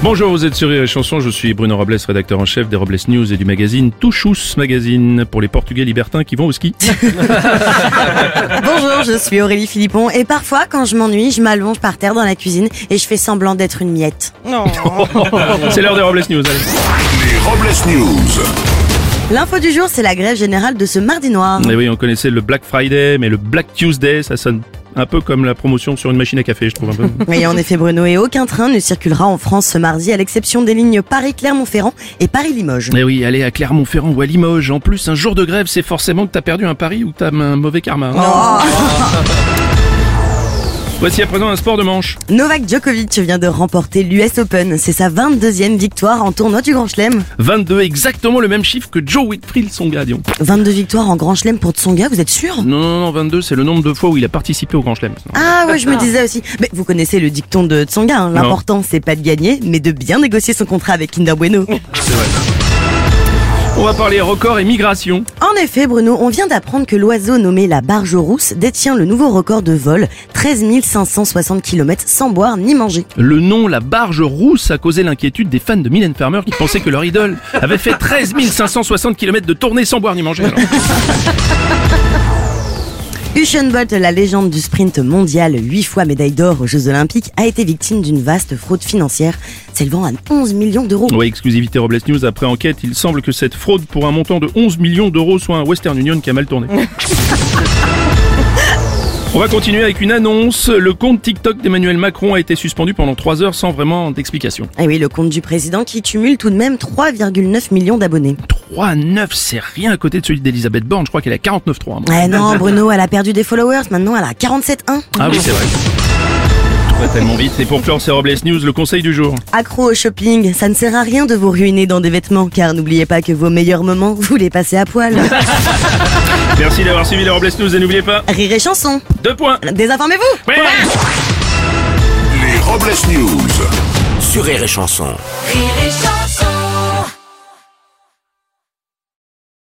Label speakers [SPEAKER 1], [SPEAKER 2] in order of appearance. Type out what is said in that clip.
[SPEAKER 1] Bonjour, vous êtes sur Rire et Chanson, je suis Bruno Robles, rédacteur en chef des Robles News et du magazine Touchous Magazine pour les Portugais libertins qui vont au ski.
[SPEAKER 2] Bonjour, je suis Aurélie Philippon et parfois quand je m'ennuie, je m'allonge par terre dans la cuisine et je fais semblant d'être une miette.
[SPEAKER 1] C'est l'heure des Robles News. allez.
[SPEAKER 3] Les Robles News.
[SPEAKER 2] L'info du jour, c'est la grève générale de ce mardi noir.
[SPEAKER 1] Et Eh oui, on connaissait le Black Friday, mais le Black Tuesday, ça sonne un peu comme la promotion sur une machine à café, je trouve un peu.
[SPEAKER 2] Oui, en effet, Bruno, et aucun train ne circulera en France ce mardi à l'exception des lignes Paris-Clermont-Ferrand et Paris-Limoges.
[SPEAKER 1] Mais Eh oui, aller à Clermont-Ferrand ou à Limoges, en plus, un jour de grève, c'est forcément que t'as perdu un pari ou que t'as un mauvais karma. hein. Voici à présent un sport de manche.
[SPEAKER 2] Novak Djokovic vient de remporter l'US Open. C'est sa 22e victoire en tournoi du Grand Chelem.
[SPEAKER 1] 22, exactement le même chiffre que Joe Whitfield, son gars, dis donc.
[SPEAKER 2] 22 victoires en Grand Chelem pour Tsonga, vous êtes sûr
[SPEAKER 1] Non, non, non, 22, c'est le nombre de fois où il a participé au Grand Chelem.
[SPEAKER 2] Ah ouais, je me disais aussi. Mais vous connaissez le dicton de Tsonga, hein, l'important c'est pas de gagner, mais de bien négocier son contrat avec Kinder Bueno.
[SPEAKER 1] On va parler records et migration.
[SPEAKER 2] En effet, Bruno, on vient d'apprendre que l'oiseau nommé la barge rousse détient le nouveau record de vol, 13 560 km sans boire ni manger.
[SPEAKER 1] Le nom La Barge Rousse a causé l'inquiétude des fans de Mylène Farmer qui pensaient que leur idole avait fait 13 560 km de tournée sans boire ni manger. alors.
[SPEAKER 2] Usain Bolt, la légende du sprint mondial, 8 fois médaille d'or aux Jeux Olympiques, a été victime d'une vaste fraude financière s'élevant à 11 millions d'euros.
[SPEAKER 1] Oui, exclusivité Robles News, après enquête, il semble que cette fraude pour un montant de 11 millions d'euros soit un Western Union qui a mal tourné. On va continuer avec une annonce. Le compte TikTok d'Emmanuel Macron a été suspendu pendant 3 heures sans vraiment d'explication.
[SPEAKER 2] Et Eh oui, le compte du président qui cumule tout de même 3,9 millions d'abonnés.
[SPEAKER 1] 3,9, c'est rien à côté de celui d'Elisabeth Borne. Je crois qu'elle a 49,3. moi.
[SPEAKER 2] Eh non, Bruno, elle a perdu des followers, maintenant elle a 47,1.
[SPEAKER 1] Ah oui, c'est vrai. Tout va tellement vite. Et pour clore ces Robles News, le conseil du jour.
[SPEAKER 2] Accro au shopping, ça ne sert à rien de vous ruiner dans des vêtements, car n'oubliez pas que vos meilleurs moments, vous les passez à poil.
[SPEAKER 1] Merci d'avoir suivi les Robles News et n'oubliez pas,
[SPEAKER 2] Rire et chanson,
[SPEAKER 1] deux points.
[SPEAKER 2] désinformez-vous
[SPEAKER 1] Ouais.
[SPEAKER 3] Les Robles News.
[SPEAKER 4] Sur Rire et Chanson.
[SPEAKER 5] Rire et chanson.